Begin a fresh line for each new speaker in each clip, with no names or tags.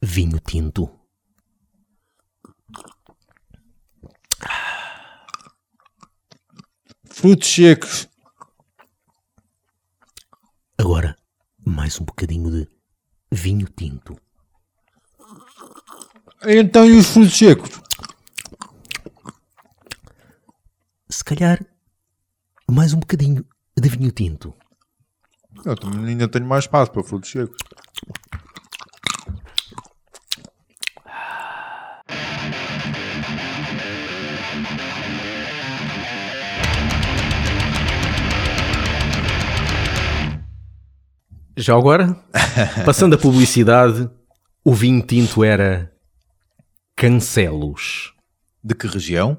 vinho tinto.
Frutos secos.
Agora, mais um bocadinho de vinho tinto.
Então e os frutos secos?
Se calhar, mais um bocadinho de vinho tinto.
Eu também ainda tenho mais espaço para frutos secos.
Já agora, passando a publicidade, o vinho tinto era Cancelos,
De que região?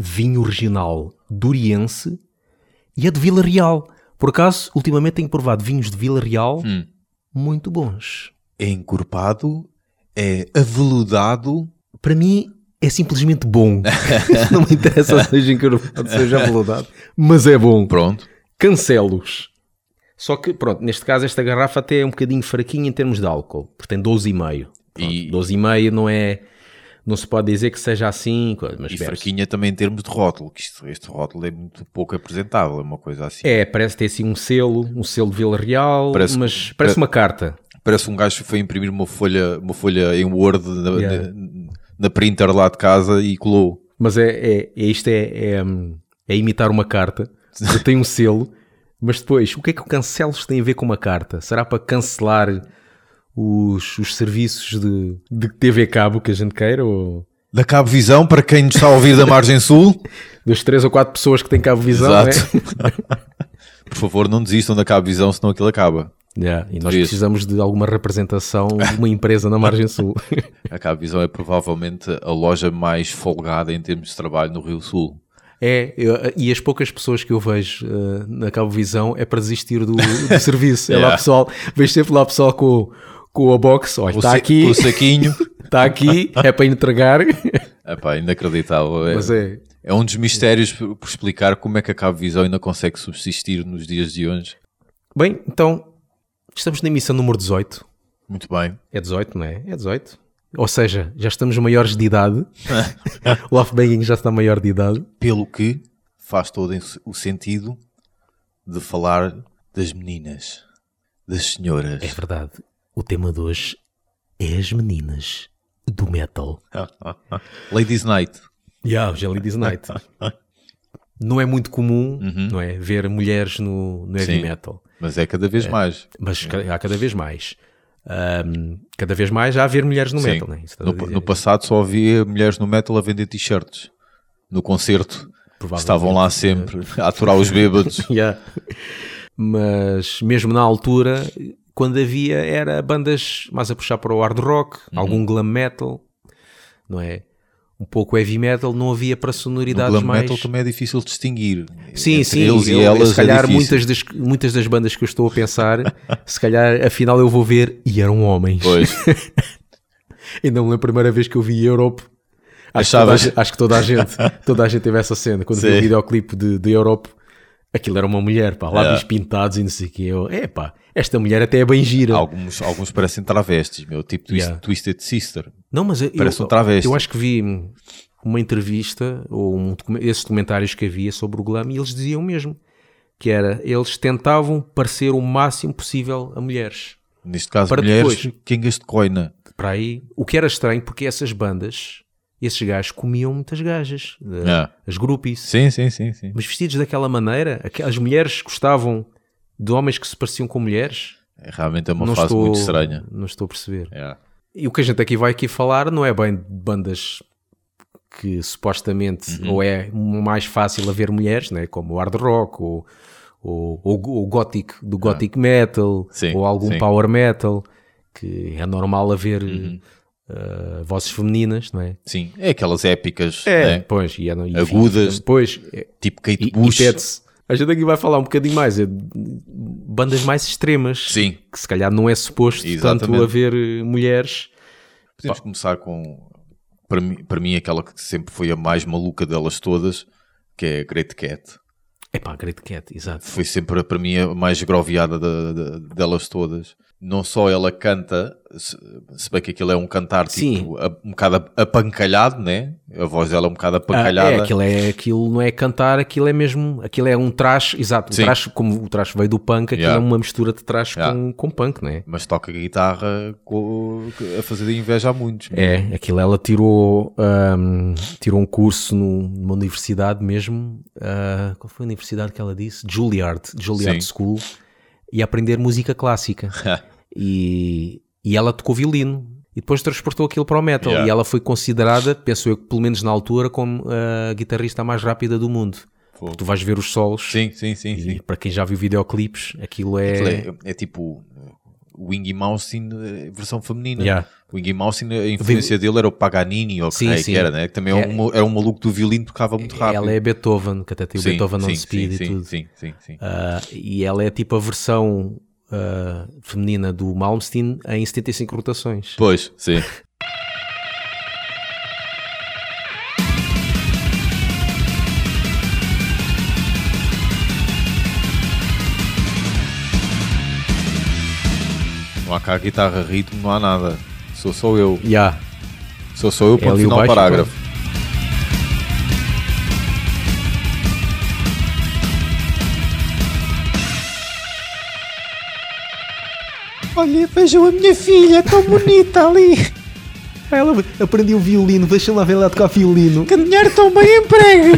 vinho original duriense e é de Vila Real. Por acaso, ultimamente tenho provado vinhos de Vila Real
Hum.
muito bons.
É encorpado, é aveludado.
Para mim, é simplesmente bom. Não me interessa seja encorpado, seja validado, mas é bom.
Pronto.
Cancelos. Só que, pronto, neste caso esta garrafa até é um bocadinho fraquinha em termos de álcool, porque tem 12,5. Pronto,
E-
12,5 não é. Não se pode dizer que seja assim, co- mas
E
bebe-se.
fraquinha também em termos de rótulo, que isto- este rótulo é muito pouco apresentável, é uma coisa assim.
É, parece ter assim um selo, um selo de Vila Real,
Parece-
mas parece uma carta.
Parece um gajo que foi imprimir uma folha, uma folha em Word na,
Yeah.
na- na printer lá de casa e colou.
Mas é, é- é- isto é, é, hum, é imitar uma carta. que Tem um selo, mas depois, o que é que o cancelos tem a ver com uma carta? Será para cancelar os, os serviços de, de TV cabo que a gente queira? Ou
Da Cabo Visão, para quem nos está a ouvir da Margem Sul,
das três ou quatro pessoas que têm cabo visão,
Exato.
né?
é. por favor, não desistam da Cabo Visão, senão aquilo acaba.
Yeah, e nós
Isso.
precisamos de alguma representação de uma empresa na margem sul.
A Cabo Visão é provavelmente a loja mais folgada em termos de trabalho no Rio Sul.
É, eu- e as poucas pessoas que eu vejo eh, na Cabo Visão é para desistir do, do serviço. É lá
Yeah.
pessoal, vejo sempre lá pessoal com, com a box, olha,
O
está
sa-
aqui,
O saquinho.
está aqui, é para entregar.
Epá, inacreditável. É,
Mas é,
é um dos mistérios por por explicar como é que a Cabo Visão ainda consegue subsistir nos dias de hoje.
Bem, então, estamos na emissão número 18.
Muito bem.
É 18, não é? É 18. Ou seja, já estamos maiores de idade. o Love Banging já está maior de idade.
Pelo que faz todo esse- o sentido de falar das meninas, das senhoras.
É verdade. O tema de hoje é as meninas do metal. É.
Ladies Night.
Yeah, hoje é Ladies Night. Não é muito comum,
Uhum.
não é? Ver mulheres no, no heavy
Sim.
metal.
Mas é cada vez mais.
Mas ca- há cada vez mais. Ahm, cada vez mais há a ver mulheres no
Sim.
metal, não é? Isso estás a
No,
dizer.
no passado só havia mulheres no metal a vender t-shirts. No concerto.
Provavelmente.
Estavam lá sempre a aturar os bêbados.
Yeah. Mas mesmo na altura, quando havia, era bandas mais a puxar para o hard rock,
Uhum.
algum glam metal, não é? Um pouco heavy metal, não havia para
No
sonoridades
glam
mais.
metal também é difícil distinguir.
Sim,
Entre
sim,
Eles
eu-
e elas
se calhar
é difícil.
muitas, das, muitas das bandas que eu estou a pensar, se calhar afinal eu vou ver e eram homens.
Pois.
Ainda me lembro a primeira vez que eu vi Europe. Acho,
Achavas?
que toda, a- acho que toda a gente, toda a gente teve essa cena. Quando vi
Sim.
o videoclipe de, de Europe, aquilo era uma mulher, pá, lábios
É.
pintados e não sei o quê. Eu, é pá, esta mulher até é bem gira.
Alguns, alguns parecem travestis, meu. Tipo Twist-
Yeah.
Twisted Sister.
Não, mas eu,
Parece
eu,
um travesti.
eu acho que vi uma entrevista ou um docu- esses documentários que havia sobre o glam e eles diziam mesmo que era eles tentavam parecer o máximo possível a mulheres.
Neste caso,
Para
mulheres
depois.
quengas de coina.
Para aí, o que era estranho porque essas bandas, esses gajos comiam muitas gajas, eh,
Ah.
as groupies.
Sim, sim, sim, sim.
Mas vestidos daquela maneira, aquelas mulheres gostavam de homens que se pareciam com mulheres?
É, Realmente é uma fase muito estranha. É.
Não estou a perceber.
Yeah.
E o que a gente aqui vai aqui falar não é bem de bandas que supostamente
Uhum.
ou é mais fácil haver mulheres, né? como o hard rock ou ou- ou o gothic do gothic metal
Ah. Sim,
ou algum
sim.
power metal que é normal haver
Uhum.
eh, vozes femininas, não é?
Sim, é aquelas épicas, né?
Pois, e, é- e,
Agudas.
Pois, é-
tipo Kate
e, e
Bush.
pede-se. A gente aqui vai falar um bocadinho mais, é de bandas mais extremas,
Sim,
que se calhar não é suposto
Exatamente.
tanto haver eh, mulheres.
podemos começar com, para mim, para mim, aquela que sempre foi a mais maluca delas todas, que é a Great Cat.
É pá, Great Cat, exato.
Foi sempre, para mim, a mais groviada da- da- delas todas. não só ela canta, se se bem que aquilo é um cantar
Sim.
tipo, a- um bocado ap- apancalhado, né? A voz dela é um bocado
Ah,
apancalhada.
é, aquilo é aquilo não é cantar, aquilo é mesmo, aquilo é um trash, exato,
Sim.
um trash, como o trash veio do punk, aquilo
Yeah.
é uma mistura de trash
Yeah.
com, com punk, não é?
Mas toca guitarra co- a fazer de inveja a muitos. né? meu.
É, aquilo ela tirou, ahm, tirou um curso num- numa universidade mesmo. ah, qual foi a universidade que ela disse? Juilliard, Juilliard
Sim.
School, e a aprender música clássica. e, e ela tocou violino. E depois transportou aquilo para o metal.
Yeah.
E ela foi considerada, penso eu, que pelo menos na altura, como a guitarrista mais rápida do mundo.
Fogo.
É, Tu vais ver os solos.
Sim, sim, sim.
E
sim.
para quem já viu videoclipes, aquilo é.
Aquilo É, é tipo o Wingy Mousing eh, versão feminina.
Yeah.
O Wingy Mousing, a influência dele era o Paganini, ou o que,
Sim,
é que
sim.
era, né? Que também é
É-
um, ma- era um maluco do violino que tocava muito rápido.
Ela é Beethoven, que até tem o
Sim,
Beethoven
sim,
on Speed
sim,
e
sim,
tudo.
Sim, sim, sim.
Ah, e ela é tipo a versão ah, feminina do Malmsteen em 75 rotações.
Pois, sim. Não há cá guitarra, ritmo, não há nada. Sou só eu.
Yeah.
Sou só eu, ponto
Ela e o
final,
baixo,
parágrafo.
Olha, vejam a minha filha, tão bonita ali.
Ela aprendeu violino, deixa lá ver ela tocar violino.
Que dinheiro tão bem emprego.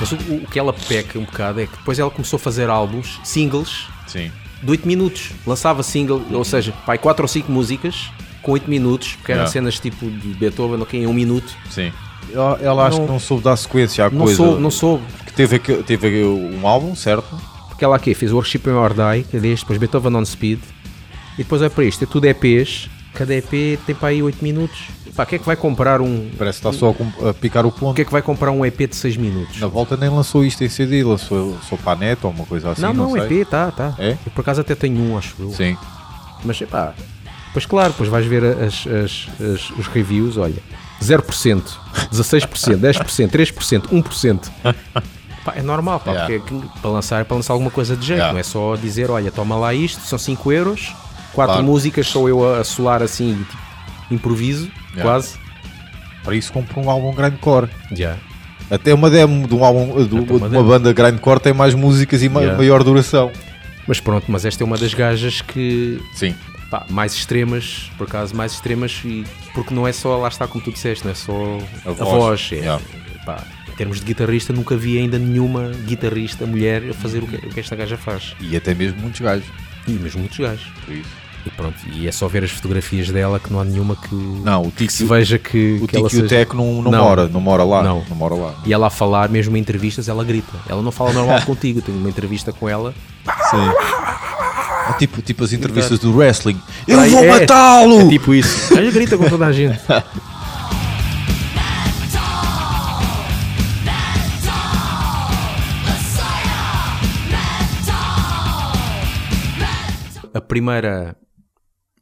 Mas o, o que ela peca um bocado é que depois ela começou a fazer álbuns, singles,
Sim.
de 8 minutos. Lançava single, ou seja, pai, 4 ou 5 músicas com 8 minutos, porque eram
Yeah.
cenas tipo de Beethoven, ok, em 1 minuto.
Sim. Ela, ela acho
Não-
que não soube dar sequência à
Não
coisa.
soube, não soube.
Que teve, aquele- teve um álbum, certo?
Porque ela aqui fez Worship in Our Die, que é deste, depois Beethoven on Speed, e depois vai para isto, é tudo EPs, cada EP tem para aí 8 minutos. Pá, quem é que vai comprar um.
Parece que está só a com- a, picar o ponto.
Quem é que vai comprar um EP de 6 minutos?
Na volta nem lançou isto em CD, lançou, lançou para a net ou uma coisa assim.
não,
Não,
não,
sei.
EP, tá, tá.
É?
Eu por acaso até tenho um, acho eu.
Sim.
Mas epá, pois claro, depois vais ver as, as- as- os reviews, olha, 0%, 16%, 10%, 3%, 1%. Pá, é normal, pá,
Yeah.
porque que- para lançar é para lançar alguma coisa de jeito,
Yeah.
não é só dizer, olha, toma lá isto, são 5 euros, 4
Claro.
músicas, sou eu a, a solar assim, tipo, improviso,
Yeah.
quase.
Para isso compro um álbum grindcore.
Já.
Até uma demo de, um álbum, de,
Até
uma,
uma
de uma
demo.
banda grindcore tem mais músicas e ma-
Yeah.
maior duração.
Mas pronto, mas esta é uma das gajas que
Sim.
pá, mais extremas, por acaso mais extremas, e, porque não é só, lá está como tu disseste, não é só
A
a,
voz,
voz. é,
yeah.
pá, em termos de guitarrista, nunca vi ainda nenhuma guitarrista mulher a fazer o que, o que esta gaja faz.
E até mesmo muitos gajos.
E mesmo muitos gajos.
Por isso.
E pronto, e é só ver as fotografias dela que não há nenhuma que,
Não, o
que se
Tico,
veja que,
o
que ela
Tico e
seja-
o Teco não, não,
Não.
mora, não mora lá. Não.
Não.
mora lá.
E ela a falar, mesmo em entrevistas, ela grita. Ela não fala normal contigo. Eu tenho uma entrevista com ela.
É tipo, tipo as entrevistas do wrestling. Eu
Ai,
vou
é.
matá-lo!
É tipo isso. Ela grita com toda a gente. a primeira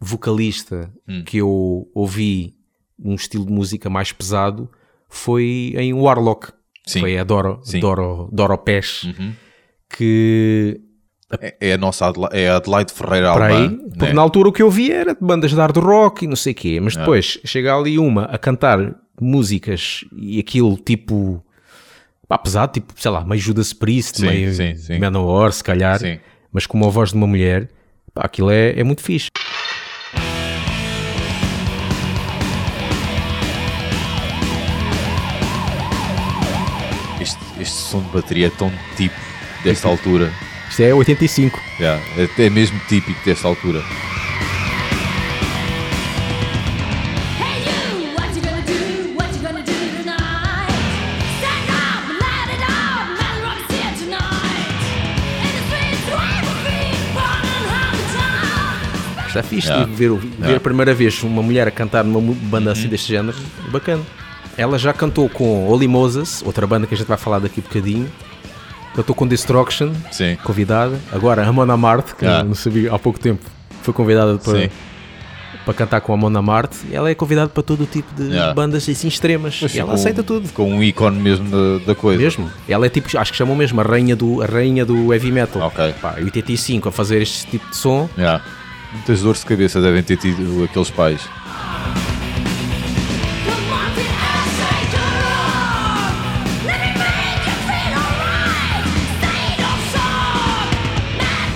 vocalista
Hum.
que eu ouvi um estilo de música mais pesado foi em Warlock.
Sim.
Foi a Doro,
Sim. Uhum.
Doro, Doro Pes, que
É, é a nossa Adela- é a Adelaide Ferreira né?
para aí,
Alban.
porque na altura o que eu vi era de bandas de hard rock e não sei o quê,
É.
mas depois chega ali uma a cantar músicas e aquilo tipo pá, pesado, tipo, sei lá, meio Judas Priest,
Sim,
meio
sim, sim.
Manowar, se calhar,
Sim.
mas com uma voz de uma mulher, pá, aquilo é, é muito fixe.
Este, este som de bateria é tão tipo desta altura.
Isto é 85.
Yeah, é até mesmo típico desta altura.
Hey you, what you gonna do? What you gonna do tonight? Stand up, let it out, metal rock's here tonight. In the streets, drive the feet, burn and have the time.
Está fixe
Yeah.
e ver, o- ver
Yeah.
a primeira vez uma mulher a cantar numa mu- banda
Uhum.
assim deste género, é bacana. Ela já cantou com Oli Moses, outra banda que a gente vai falar daqui a bocadinho. Cantou com Destruction,
Sim.
convidada. Agora, Ramona Marte, que
Ah.
eu não sabia há pouco tempo, foi convidada para,
Sim.
para cantar com a Mona Marte. Ela é convidada para todo o tipo de
Yeah.
bandas assim extremas.
Mas
e ela
ficou-
aceita tudo.
Ficou um ícone mesmo da, da coisa.
Mesmo? Ela é tipo, acho que chamam mesmo a rainha do, a rainha do heavy metal.
Ok.
Pá, em 85 a fazer este tipo de som.
Yeah. Muitas dores de cabeça devem ter tido aqueles pais.
Come on, get outside your room. Let me make you feel alright. Say no song, not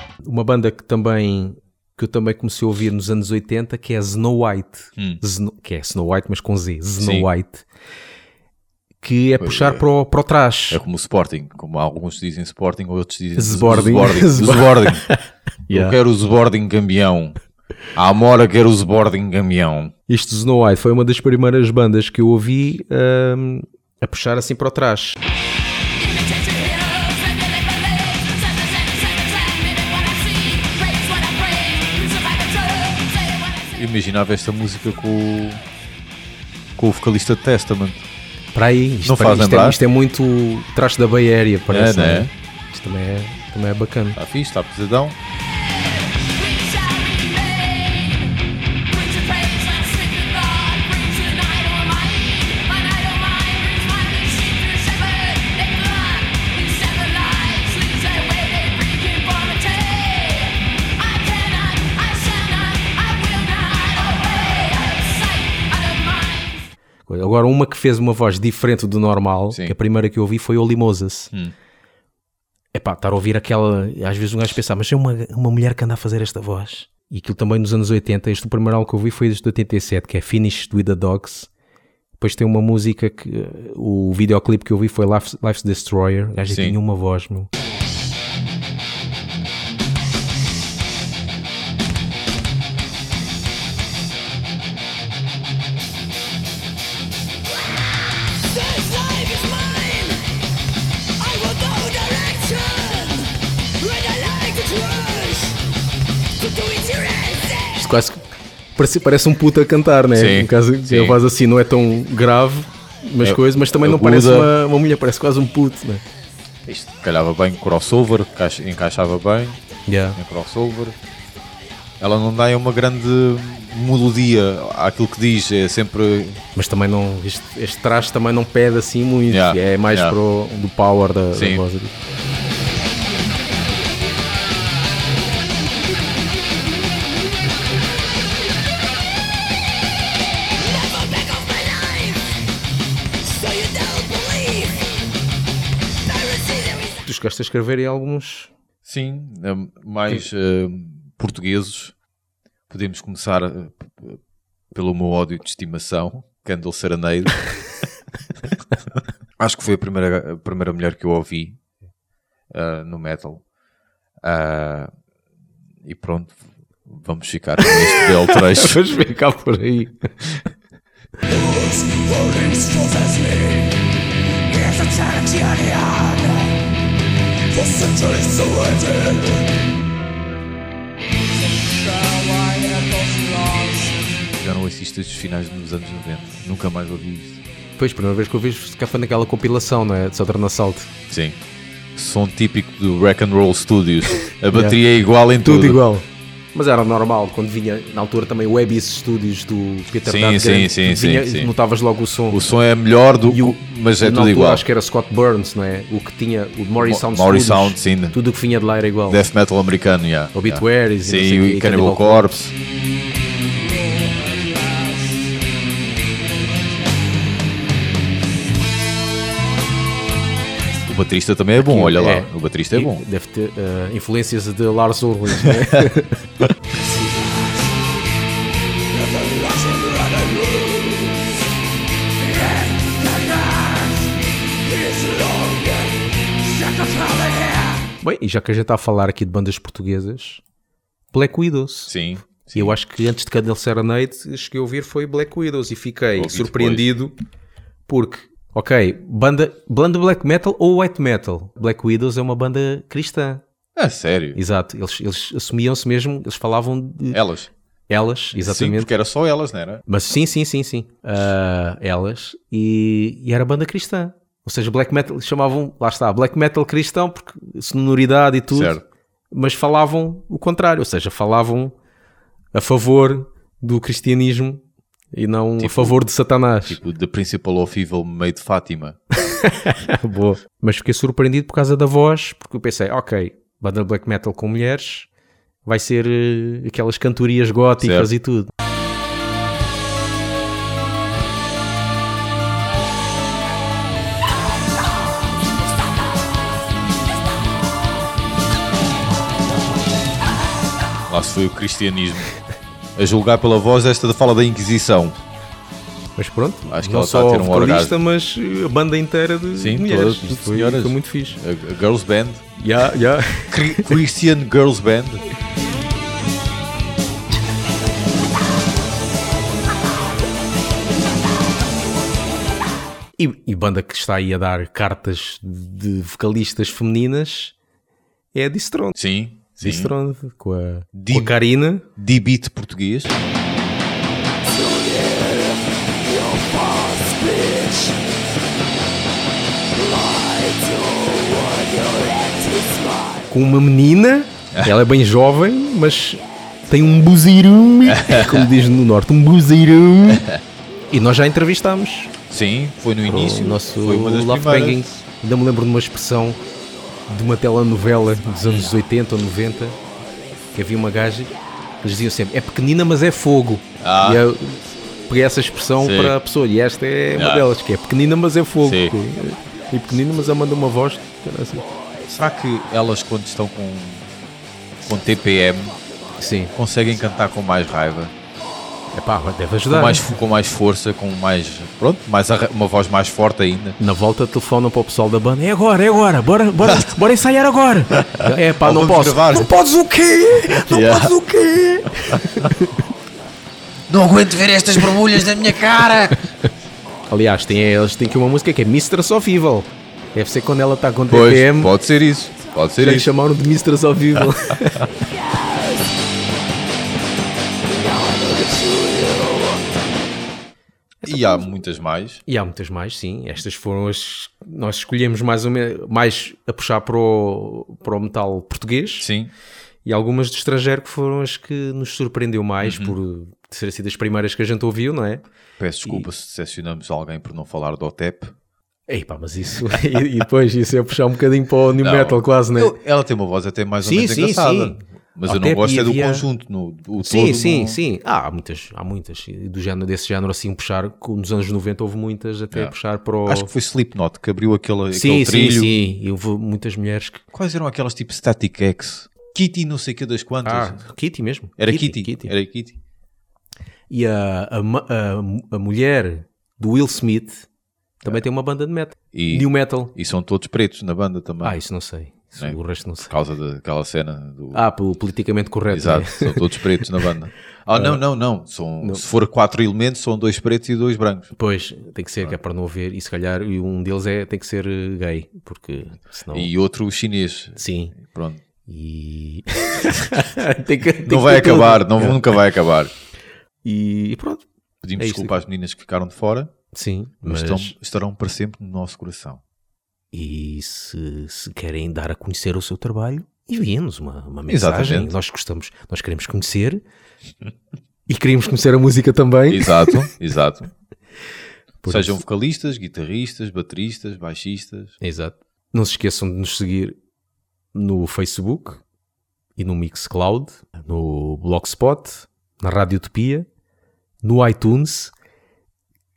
to rock
Uma banda que também que eu também comecei a ouvir nos anos 80 que é Snow White. Sno- que é Snow White, mas com Z. Snow
Sim.
White. Que é puxar para o, para o trás.
É como o Sporting, como alguns dizem Sporting, outros dizem
Zboarding.
Zboarding. Zboarding. Eu
Yeah.
quero o é- Sporting campeão. A Amora quer o Sporting campeão.
Este Snow White foi uma das primeiras bandas que eu ouvi hum, a puxar assim para o trás.
Eu Imaginava esta música com o, com o vocalista de Testament.
Para aí, isto,
Não
para-
faz
isto, é,
lembrar?
isto é muito trás da Bay Area, parece.
É, né?
né? Isto também é, também é bacana.
Está fixe, está pesadão.
Agora, uma que fez uma voz diferente do normal,
Sim. Hum.
que a primeira que eu ouvi foi Olimosas. É pá, estar a ouvir aquela. Às vezes um gajo pensa, mas é uma, uma mulher que anda a fazer esta voz. E aquilo também nos anos 80. Este o primeiro álbum que eu ouvi foi este de 87, que é Finish with the Dogs. Depois tem uma música que. eh, O videoclipe que eu vi foi Life's, Life's Destroyer. O gajo
Sim.
tinha uma voz, meu. Isto quase que parece, parece um puta a cantar, né?
Sim,
No caso,
sim.
A voz assim não é tão grave, mas
É-
coisa, mas também
é
não parece
aguda.
uma, uma mulher, parece quase um puto, né?
Isto calhava bem, crossover, caixa- encaixava bem
Yeah.
em crossover. Ela não dá uma grande melodia àquilo que diz, é sempre
Mas também não. Este, este traje também não pede assim muito.
Yeah,
É mais
yeah.
pro, do power da, da
Sim.
voz. Os gajos a escreverem alguns.
Sim, hum, mais hum, portugueses. Podemos começar uh, p- p- pelo meu ódio de estimação, Candle Serenade. Acho que foi a primeira, a primeira mulher que eu ouvi ah, no metal. Ah, e pronto, vamos ficar com este belo trecho.
Vamos ver cá por aí.
Já não assisto estes finais dos anos 90. Nunca mais ouvi isto.
Pois, primeira vez que eu vi, se calhar foi naquela compilação, não é? De Southern Assault.
Sim. Som típico do Rock and Roll Studios. A bateria é igual em tudo.
igual. Mas era normal, quando vinha na altura também o Abyss Studios do Peter
Sim,
Dunn,
sim,
grande,
sim, sim,
vinha-
sim.
Notavas logo o som.
O som é melhor do
E o-
mas é
na
tudo
altura,
igual.
Acho que era Scott Burns, não é? O que tinha o Mori
Mo-
Sound
Maury
Studios.
Sound, sim.
Tudo o que vinha de lá era igual.
Death metal americano, yeah.
Obituaries e
yeah.
não
Sim,
sei o
e
quê,
Cannibal
Cannibal
Corpse. O baterista também é bom, olha lá. O baterista é
E
bom.
Deve ter eh, influências de Lars Ulrich, não é? Bem, e já que a gente está a falar aqui de bandas portuguesas, Black Widows.
Sim.
E eu acho que antes de Candle Serenade cheguei a ouvir foi Black Widows e fiquei
Ouvi
surpreendido porque, ok, banda, banda black metal ou white metal? Black Widows é uma banda cristã.
Ah, sério.
Exato, eles, eles assumiam-se mesmo, eles falavam de
Elas.
elas,
Sim,
exatamente.
porque era só elas, não era?
Mas sim, sim, sim, sim. Ah, elas e, e era banda cristã. Ou seja, black metal, chamavam, lá está, black metal cristão, porque sonoridade e tudo,
Certo.
mas falavam o contrário, ou seja, falavam a favor do cristianismo e não a
Tipo-
favor de Satanás.
Tipo, The Principal of Evil meio de Fátima. tipo,
Boa. Mas fiquei surpreendido por causa da voz, porque eu pensei, ok, banda de black metal com mulheres, vai ser eh, aquelas cantorias góticas
Certo.
e tudo.
Lá se foi o cristianismo. A julgar pela voz, esta da fala da Inquisição.
Mas pronto,
Acho que
não
ela está a
só
ter um
vocalista, mas eh, a banda inteira de
Sim,
mulheres.
todas, tudo
Isto foi,
senhoras.
foi muito fixe.
A, a Girls Band.
Yeah, yeah.
Cri- Christian Girls Band.
E, e banda que está aí a dar cartas de vocalistas femininas é a Distron.
Sim, sim.
Distron com a, com a
Dim-
Karina.
D-Beat português.
com uma menina. Ela é bem jovem, mas tem um buzirum, como diz no norte, um buzirum. E nós já entrevistámos
Sim, foi no início.
o nosso
foi uma das
Love
primeiras.
Banging. Ainda me lembro de uma expressão de uma telenovela dos anos 80 ou 90, que havia uma gaja, que eles diziam sempre, é pequenina mas é fogo.
Ah.
E eu peguei essa expressão
Sim.
para a pessoa, e esta é uma
Ah.
delas, que é pequenina mas é fogo.
Sim.
E pequenina mas ela manda uma voz. que era assim.
Será que elas, quando estão com, com TPM,
Sim,
conseguem cantar com mais raiva?
Epá, deve
Com
ajudar.
mais, fo- com mais força, com mais. Pronto, mais arra- uma voz mais forte ainda.
Na volta telefonam para o pessoal da banda. É agora, é agora, bora, bora, bora ensaiar agora. É pá,
Ou
não
vamos
posso.
gravar.
Não podes o quê? Não
Yeah.
podes o quê?
Não aguento ver estas borbulhas na minha cara.
Aliás, tem, eles têm aqui uma música que é Mistress of Evil. Deve ser quando ela está com
Pois,
TPM.
pode ser isso. Pode ser
já lhe
isso.
chamaram de Mistress of Evil.
E há muitas mais.
e há muitas mais, sim. Estas foram as. Nós escolhemos mais ou menos. Mais a puxar para o, para o metal português.
Sim.
E algumas de estrangeiro que foram as que nos surpreendeu mais por ter sido as primeiras que a gente ouviu, não é?
Peço desculpa se decepcionamos alguém por não falar do OTEP.
Ei pá, mas isso. e, e depois, isso é puxar um bocadinho para o New
Não.
Metal, quase, né?
Eu- ela tem uma voz até mais ou
Sim,
menos
sim,
engraçada.
sim.
Mas eu
Até
não gosto é do
havia-
conjunto, no, do
Sim,
todo
sim,
no-
sim. Ah, há muitas, há muitas. Do género, desse género assim, puxar. como Nos anos 90 houve muitas, até
Yeah.
puxar para o.
Acho que foi Slipknot que abriu aquele,
sim,
aquele
sim,
trilho.
sim. E houve muitas mulheres que.
Quais eram aquelas tipo Static X? Kitty não sei que das quantas.
Ah, Kitty mesmo.
era Kitty, Era Kitty.
E a, a, ma- a, a mulher do Will Smith também tem uma banda de metal.
E,
New Metal.
e são todos pretos na banda também.
Ah, isso não sei. Isso,
É.
O resto não
Por
sei.
causa daquela cena do.
Ah, pelo politicamente correto.
Tipo, Exato,
né?
são todos pretos na banda. Ah, não, não, não. São, Se for quatro elementos, são dois pretos e dois brancos.
Pois, tem que ser, que é para não haver. E se calhar e um deles é, tem que ser eh, gay. Porque senão.
E outro chinês.
Sim.
Pronto.
E. Tem que- tem
Não
que
vai
ter tudo.
acabar, não, nunca vai acabar.
E, e pronto.
Pedimos
É isto
desculpa às meninas que ficaram de fora,
Sim, mas.
mas, então- estão- estarão para sempre no nosso coração.
E se, se querem dar a conhecer o seu trabalho, enviem-nos uma, uma mensagem.
Exatamente.
Nós gostamos, nós queremos conhecer. E queremos conhecer a música também.
Exato, exato.
Por
Sejam
isso-
vocalistas, guitarristas, bateristas, baixistas.
Exato. Não se esqueçam de nos seguir no Facebook e no Mixcloud, no Blogspot, na Rádio Utopia, no iTunes.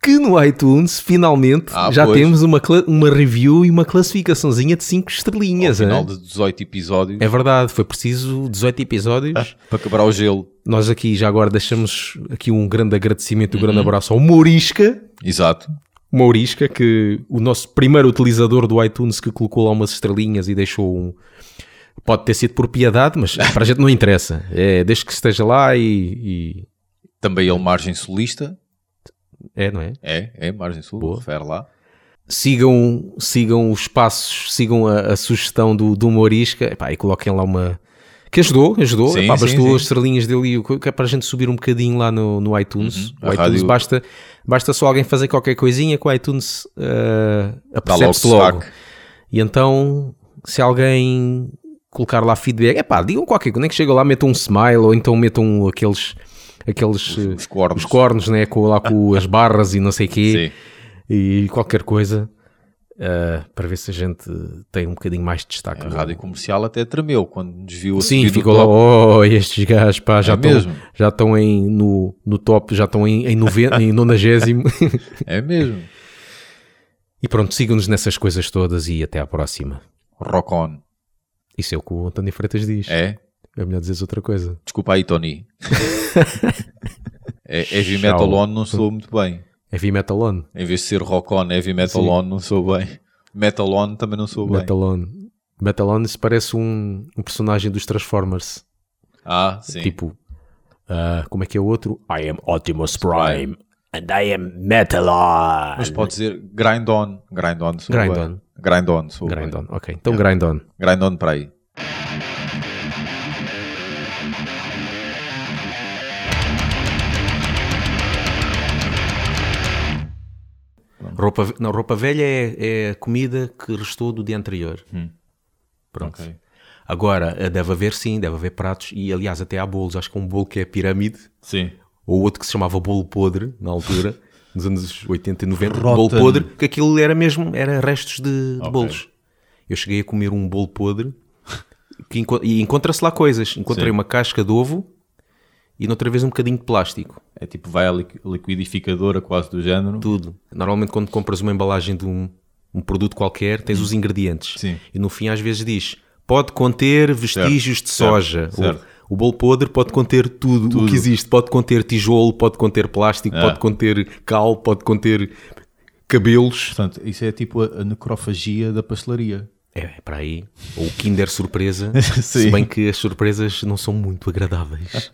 Que no iTunes, finalmente,
Ah,
já
pois.
temos uma, cla- uma review e uma classificaçãozinha de 5
Ao
estrelinhas.
final
hein?
de 18 episódios,
É verdade, foi preciso 18 episódios.
para quebrar o gelo.
Nós aqui já agora deixamos aqui um grande agradecimento e um
Uhum.
grande abraço ao Mourisca.
Exato.
Mourisca, que o nosso primeiro utilizador do iTunes que colocou lá umas estrelinhas e deixou um. Pode ter sido por piedade, mas para a gente não interessa. É, desde que esteja lá e. e-
Também ele margem solista.
É, não é?
É, é margem solista.
Boa.
Refere lá.
Sigam, sigam os passos, sigam a, a sugestão do, do Mourisca Epá, e coloquem lá uma, Que ajudou, ajudou.
Sim,
Epá,
sim,
bastou
sim.
as estrelinhas dele e o co- que é para a gente subir um bocadinho lá no, no iTunes.
Uhum. A
O iTunes
rádio-
basta, basta só alguém fazer qualquer coisinha que o iTunes uh,
Dá logo
apercebe-se logo.
destaque.
E então, se alguém colocar lá feedback, é pá, digam qualquer coisa, nem que chega lá, metam um smile ou então metam aqueles. Aqueles eh,
os cornos.
os cornos, né? Com, lá com as barras e não sei o quê
Sim.
e qualquer coisa ah, para ver se a gente tem um bocadinho mais de destaque.
A É rádio comercial até tremeu quando nos viu a
Sim,
subir do
ficou lá,
top.
oh, estes gajos pá, já
É
estão
mesmo.
já estão em no, no top, já estão em, em, noven, em nonagésimo.
É mesmo.
e pronto, sigam-nos nessas coisas todas e até à próxima.
Rock on.
Isso é o que o António Freitas diz.
É?
É melhor dizeres outra coisa.
Desculpa aí, Tony. é, heavy metal on não sou muito bem.
Heavy Metal On.
Em vez de ser rock on, heavy metal
Sim.
on não sou bem. Metal on também não sou bem.
Metal On. Metal On isso parece um, um personagem dos Transformers.
Ah, sim.
Tipo, ah, como é que é o outro? I am Optimus Prime.
and I am Metalon.
Mas pode dizer grind on. Grind on sou
Grind
bem.
on.
Grind on sou
Grind
bem.
on, ok. Então grind on.
Grind on para aí.
Roupa, ve- não, roupa velha é, é comida que restou do dia anterior. Pronto.
Ok.
Agora, eh, deve haver sim, deve haver pratos e aliás até há bolos. Acho que há um bolo que é a pirâmide
Sim.
ou outro que se chamava bolo podre na altura, nos anos 80 e 90.
Rotten.
Bolo podre, que aquilo era mesmo, era restos de, de
Ok.
bolos. Eu cheguei a comer um bolo podre que enco- e encontra-se lá coisas. Encontrei
Sim.
uma casca de ovo e noutra vez um bocadinho de plástico.
É tipo, vai à liqui- liquidificadora quase do género.
Tudo. Normalmente quando compras uma embalagem de um, um produto qualquer, tens os ingredientes.
Hum. Sim.
E no fim às vezes diz, pode conter vestígios de
certo,
soja.
certo.
O, o bolo podre pode conter tudo, o que existe. Pode conter tijolo, pode conter plástico,
Ah.
pode conter cal, pode conter cabelos.
Portanto, isso é tipo a, a necrofagia da pastelaria.
É, é para aí. Ou o Kinder Surpresa.
Sim.
se bem que as surpresas não são muito agradáveis.